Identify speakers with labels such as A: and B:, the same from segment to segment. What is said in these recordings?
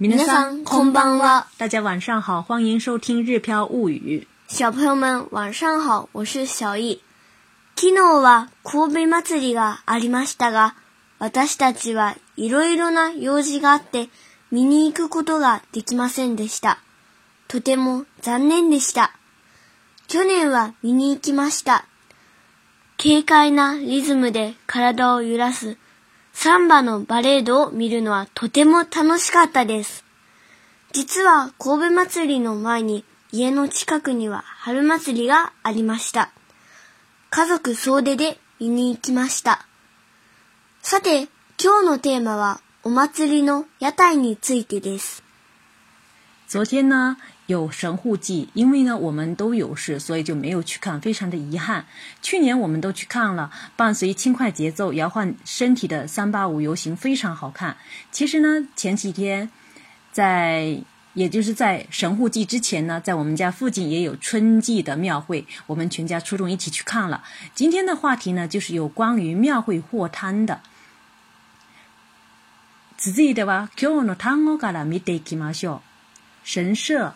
A: 皆さんこんばんは。
B: 大家晚上好，欢迎收听《日飘物语》。
A: 小朋友们晚上好，我是小易。昨日は神戸祭りがありましたが、私たちはいろいろな用事があって見に行くことができませんでした。とても残念でした。去年は見に行きました。軽快なリズムで体を揺らすサンバのバレードを見るのはとても楽しかったです。実は神戸祭りの前に家の近くには春祭りがありました。家族総出で見に行きました。さて、今日のテーマはお祭りの屋台についてです。
B: 昨天呢有神户祭，因为呢我们都有事，所以就没有去看，非常的遗憾。去年我们都去看了，伴随轻快节奏、摇晃身体的三八舞游行非常好看。其实呢前几天在。也就是在神户祭之前呢，在我们家附近也有春季的庙会，我们全家初中一起去看了。今天的话题呢，就是有关于庙会货摊的。続いては今日の単語から見ていきましょう。神社、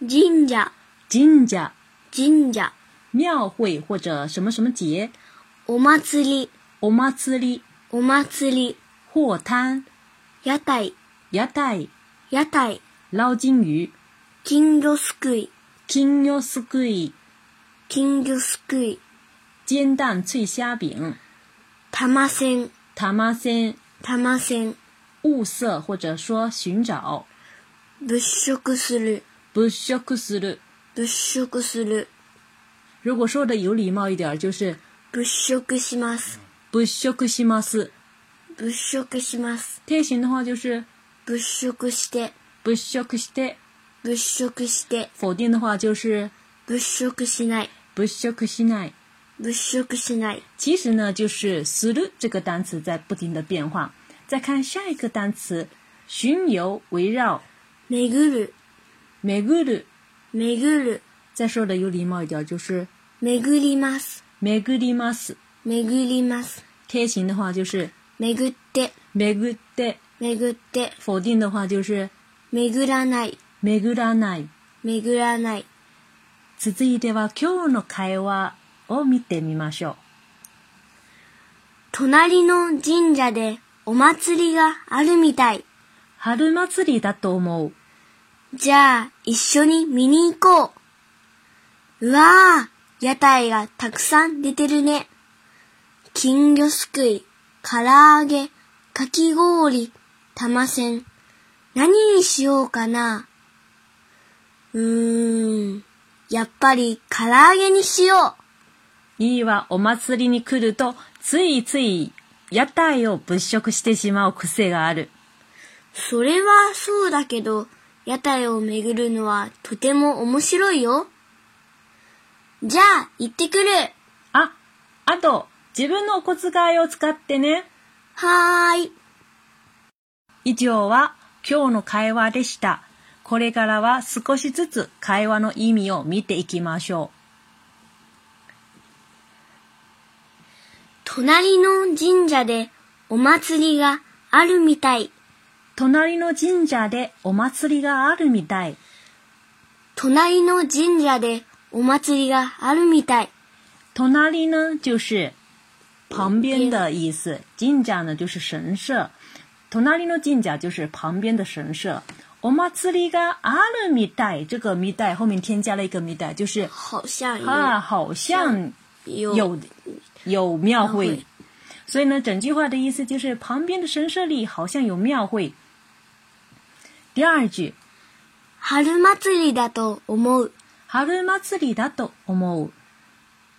A: 神社、
B: 神社、
A: 神社、
B: 庙会或者什么什么节、
A: お祭り、
B: お祭り、
A: お祭り、
B: 货摊、
A: 屋台、
B: 屋台、
A: 屋台、
B: 捞金鱼、
A: 金魚すくい、
B: 金魚すくい、
A: 金魚すくい、
B: 煎蛋脆虾饼、
A: 玉線、
B: 玉仙、
A: 玉線、
B: 物色或者说寻找、
A: 物色する、
B: 物色する。
A: 物色する、
B: 如果说的有礼貌一点儿，就是
A: 物色します、
B: 物色します。
A: 物色します、
B: 贴形的话就是
A: 物色して、
B: 物色して，
A: 物色して、
B: 否定的话就是
A: 物色しない、
B: 物色しない。
A: 物色しない、
B: 其实呢，就是“する”这个单词在不停的变化。再看下一个单词，巡游、围绕、
A: 巡る、
B: めぐる。
A: 巡る、
B: 再说的有礼貌一点，就是
A: 巡ります、
B: めぐります。
A: 巡ります、
B: 贴形的话就是
A: 巡って、
B: めぐって，
A: 巡って、
B: 否定的话就是
A: 巡らない、
B: めぐらない。
A: 巡らない、
B: 続いては今日の会話を見てみましょう。
A: 隣の神社でお祭りがあるみたい。
B: 春祭りだと思う。
A: じゃあ、一緒に見に行こう。うわぁ、屋台がたくさん出てるね。金魚すくい、唐揚げ、かき氷、玉せん。何にしようかな。うーん、やっぱり唐揚げにしよ
B: いいわ、お祭りに来ると、ついつい屋台を物色してしまう癖がある。
A: う。それはそうだけど、屋台を巡るのはとても面白いよ。じゃあ、行ってくる。
B: あ、あと、自分のお小遣いを使ってね。
A: はーい。
B: 以上は今日の会話でした。これからは少しずつ会話の意味を見ていきましょ
A: 隣の神社でお祭りがあるみたい。
B: う。隣の神社でお祭りがあるみたい。
A: 隣の神社でお祭りがあるみたい。
B: 隣呢就是旁边的意思，神社呢就是神社，隣の神社就是旁边的神社。お祭りがあるみたい，这个みたい后面添加了一个みたい，就是
A: 好像
B: 啊，好像
A: 有
B: 有有嗯庙
A: 庙
B: 会
A: 会，
B: 所以呢，整句话的意思就是旁边的神社里好像有庙会。第二句，
A: 春祭りだと思う。
B: 春祭りだと思う。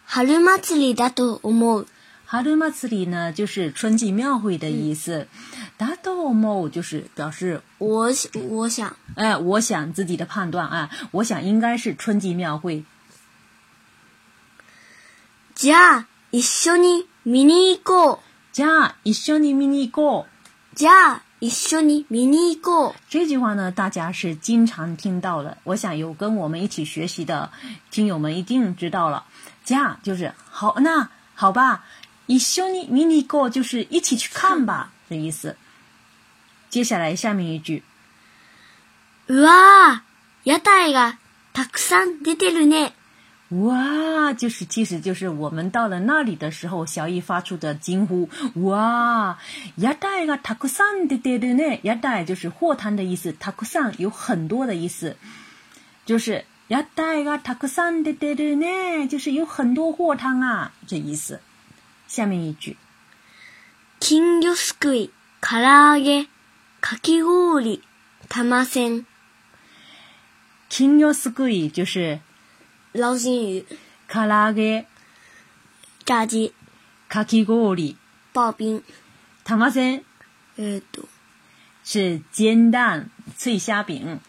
A: 春祭りだと思う。
B: 春祭り呢，就是春季庙会的意思。だと思う就是表示，
A: 我想我想
B: 哎，我想自己的判断啊，我想应该是春季庙会。
A: じゃあ一緒に見に行こう。
B: じゃあ一緒に見に行こう。
A: じゃあ一緒に見に行こう。
B: 这句话呢，大家是经常听到的。我想有跟我们一起学习的听友们一定知道了。じゃあ就是好，那好吧，一緒に見に行こう就是一起去看吧的意思。接下来下面一句，
A: うわー、屋台がたくさん出てるね。
B: 哇，就是其实就是我们到了那里的时候，小易发出的惊呼。哇，屋台がたくさん出てるね。屋台就是货摊的意思，たくさん有很多的意思，就是屋台がたくさん出てるね，就是有很多货摊啊，这意思。下面一句，
A: 金魚すくい、唐揚げ、かき氷、玉せん、
B: 金魚すくい就是
A: 老金鱼、
B: 卡拉给
A: 炸鸡、
B: 卡き氷、
A: 刨冰、
B: 玉せん。
A: えーっと、
B: 是煎蛋脆虾饼。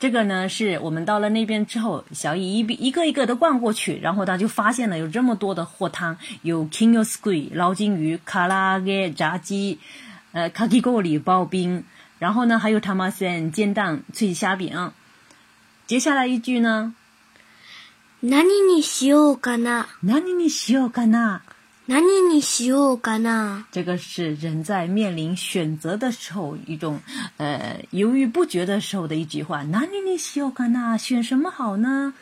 B: 这个呢，是我们到了那边之后，小易一一个一个的逛过去，然后他就发现了有这么多的货摊，有 King of Squid 捞金鱼、卡拉给炸鸡、呃 k a k i g o r i 刨冰，然后呢还有 tamasen 煎蛋脆虾饼。接下来一句呢，
A: 何にしようかな。
B: 何にしようかな？
A: 何にしようかな。
B: 这个是人在面临选择的时候一种，呃，犹豫不决的时候的一句话。哪里你喜欢看呐？选什么好呢？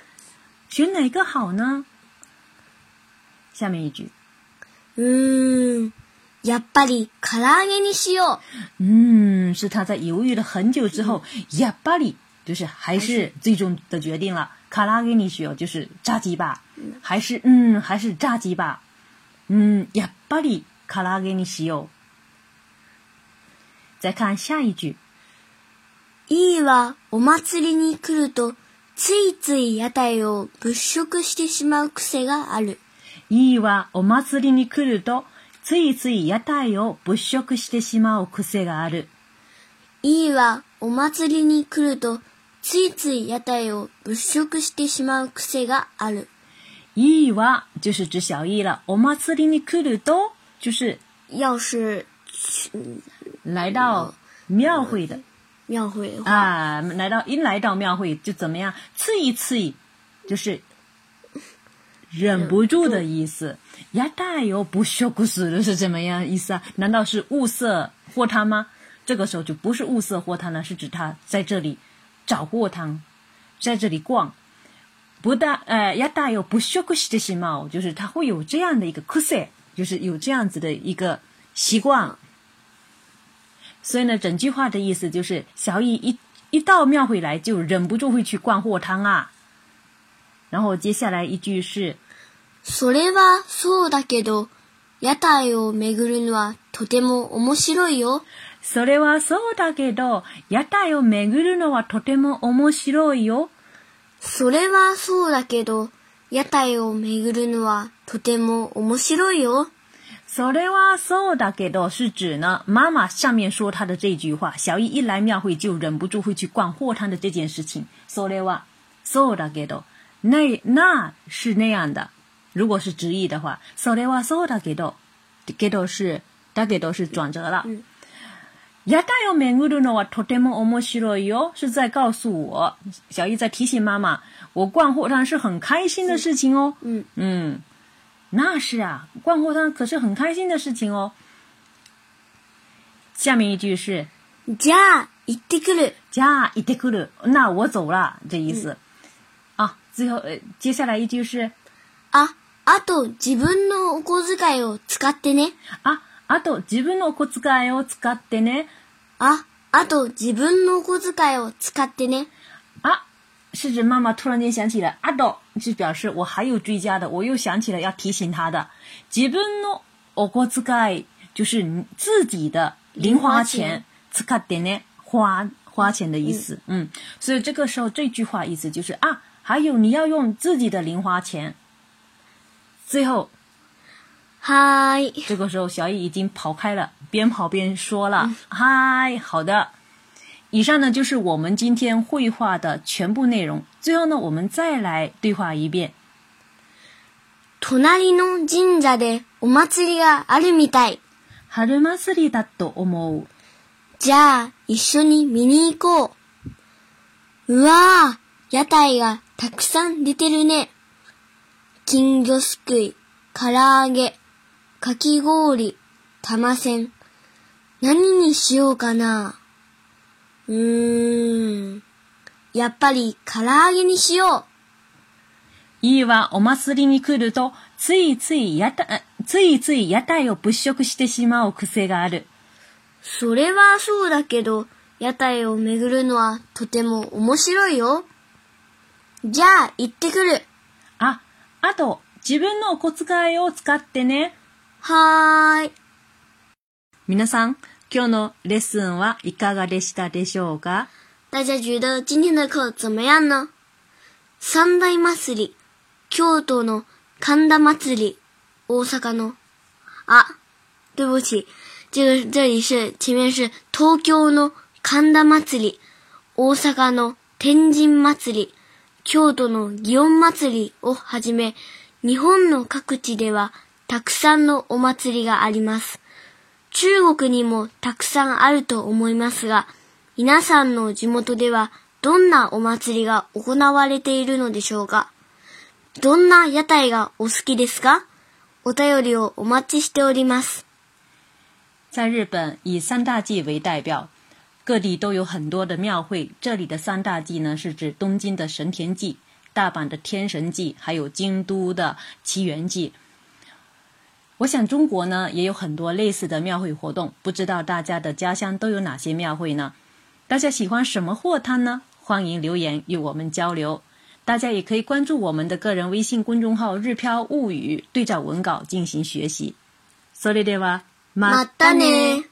B: 选哪个好呢？下面一句，
A: うーん。やっぱり、唐揚げにしよ
B: 嗯，是他在犹豫了很久之后，哑巴里就是嗯还是最终的决定了。卡拉给你学就是炸鸡吧，还是嗯还是炸鸡吧，嗯，哑巴里卡拉给你学。再看下一句。
A: う。いいわ、お祭りに来ると、ついつい屋台を物色してしまう癖がある。
B: いいはお祭りに来ると、ついつい屋台を物色してしまう癖がある。
A: いいわ、お祭りに来ると、ついつい屋台を物色してしまう癖がある。
B: いいは就是指小意了。お祭りに来ると就是
A: 要是
B: 来到庙会的
A: 庙会的话，
B: 啊，来到一来到庙会就怎么样？刺一刺一，就是忍不住的意思。呀，大有不羞不耻是怎么样意思啊？难道是物色货摊吗？这个时候就不是物色货摊了，是指他在这里找货摊，在这里逛。不但呃，呀大有不羞不耻的心嘛，就是他会有这样的一个 c u s 就是有这样子的一个习惯。所以呢，整句话的意思就是，小易一一到庙会来，就忍不住会去逛货摊啊。然后接下来一句是
A: それはそうだけど、屋台を巡るのはとても面白いよ。
B: “それはそうだけど、屋台を巡るのはとても面白いよ。
A: それはそうだけど、屋台を巡るのはとても面白いよ。
B: それはそうだけど是指呢，妈妈上面说她的这句话，小易一来庙会就忍不住会去逛货摊的这件事情。それはそうだけど，那那是那样的。如果是直译的话，それはそうだけど，けど是だけど是转折了。やだよ巡るのはとても面白いよ，是在告诉我，小易在提醒妈妈，我逛货摊是很开心的事情哦。
A: 嗯
B: 嗯，那是啊，逛货摊可是很开心的事情哦。下面一句是
A: じゃあ、行ってくる。
B: “じゃあ行ってくる”，那我走了这意思。啊，最后呃，接下来一句是
A: あ、あと自分のお小遣いを使ってね。
B: “啊，あと自分のお小遣いを使ってね”。
A: あ、あと自分のお小遣いを使ってね。
B: 啊，是指妈妈突然间想起了阿斗，是表示我还有追加的，我又想起了要提醒他的。自分のお小遣い就是你自己的零花钱，使ってね，花花钱的意思。嗯所以这个时候这句话意思就是啊，还有你要用自己的零花钱。最后，
A: はーい。
B: 这个时候小易已经跑开了，边跑边说了：“嗨，好的。”以上呢就是我们今天绘画的全部内容。最后呢，我们再来对话一遍。
A: 隣の神社でお祭りがあるみたい。
B: 春祭りだと思う。
A: じゃあ、一緒に見に行こう。うわぁ、屋台がたくさん出てるね。金魚すくい、唐揚げ、かき氷、玉せん。何にしようかな。うーん。やっぱり唐揚げにしよう。
B: いいわ、お祭りに来ると、ついつい屋台、ついつい屋台を物色してしまう癖がある。
A: それはそうだけど、屋台を巡るのはとても面白いよ。じゃあ、行ってくる。
B: あ、あと、自分のお小遣いを使ってね。
A: はーい。
B: 皆さん、今日のレッスンはいかがでしたでしょうか
A: 大家觉得今天的课怎么样呢？三大祭り、京都の神田祭り、大阪の、あ、对不起，这个这里是前面是東京の神田祭り、大阪の天神祭り、京都の祇園祭りをはじめ、日本の各地ではたくさんのお祭りがあります。中国にもたくさんあると思いますが、皆さんの地元ではどんなお祭りが行われているのでしょうかどんな屋台がお好きですかお便りをお待ちしております。
B: 在日本，以三大祭为代表，各地都有很多的庙会。这里的三大祭呢，是指东京的神田祭、大阪的天神祭，还有京都的祇园祭。我想中国呢也有很多类似的庙会活动，不知道大家的家乡都有哪些庙会呢？大家喜欢什么货摊呢？欢迎留言与我们交流。大家也可以关注我们的个人微信公众号“日飘物语”，对照文稿进行学习。それでは
A: またね